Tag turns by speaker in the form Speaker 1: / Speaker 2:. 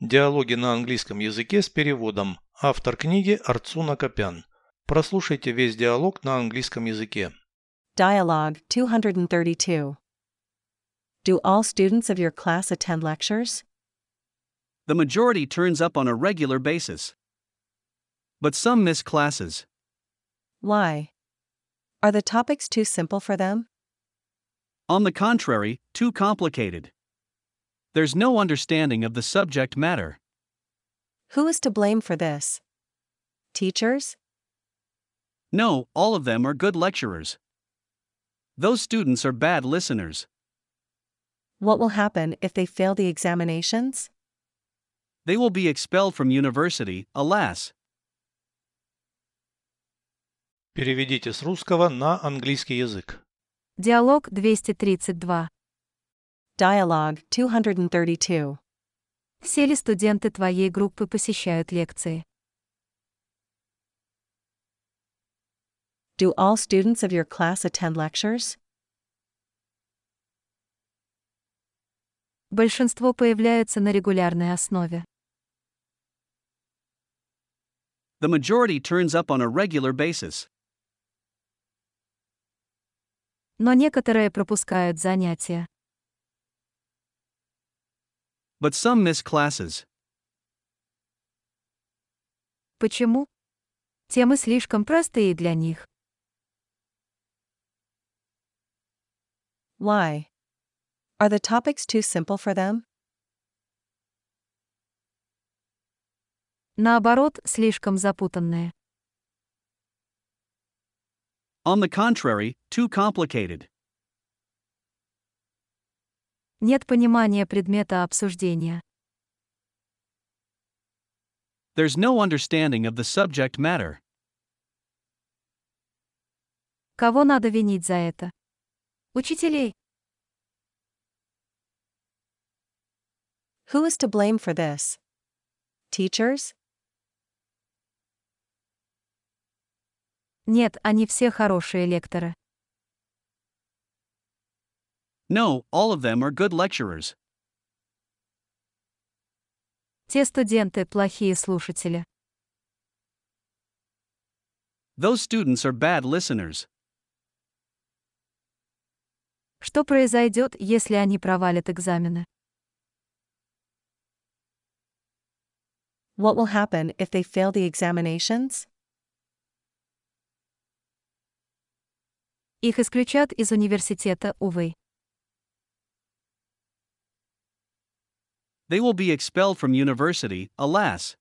Speaker 1: Диалоги на английском языке с переводом. Автор книги Арцуна Копян. Прослушайте весь диалог на английском языке.
Speaker 2: Dialogue 232. Do all students of your class attend lectures?
Speaker 3: The majority turns up on a regular basis. But some miss classes.
Speaker 2: Why? Are the topics too simple for them?
Speaker 3: On the contrary, too complicated. There's no understanding of the subject matter.
Speaker 2: Who is to blame for this? Teachers?
Speaker 3: No, all of them are good lecturers. Those students are bad listeners.
Speaker 2: What will happen if they fail the examinations?
Speaker 3: They will be expelled from university, alas.
Speaker 1: Переведите с русского на английский язык.
Speaker 4: Диалог 232.
Speaker 2: Dialogue 232.
Speaker 4: Все ли студенты твоей группы посещают лекции?
Speaker 2: Do all students of your class attend lectures?
Speaker 4: Большинство появляются на регулярной основе.
Speaker 3: The majority turns up on a regular basis.
Speaker 4: Но некоторые пропускают занятия.
Speaker 3: But some miss classes.
Speaker 4: Почему? Темы слишком простые для них.
Speaker 2: Why? Are the topics too simple for them?
Speaker 4: Наоборот, слишком запутанные.
Speaker 3: On the contrary, too complicated.
Speaker 4: Нет понимания предмета обсуждения.
Speaker 3: There's no understanding of the subject matter.
Speaker 4: Кого надо винить за это? Учителей.
Speaker 2: Who is to blame for this? Teachers?
Speaker 4: Нет, они все хорошие лекторы.
Speaker 3: No, all of them are good lecturers.
Speaker 4: Те студенты плохие слушатели.
Speaker 3: Those students are bad listeners.
Speaker 4: Что произойдет, если они провалят экзамены?
Speaker 2: What will happen if they fail the examinations?
Speaker 4: Их исключат из университета, увы.
Speaker 3: They will be expelled from university, alas.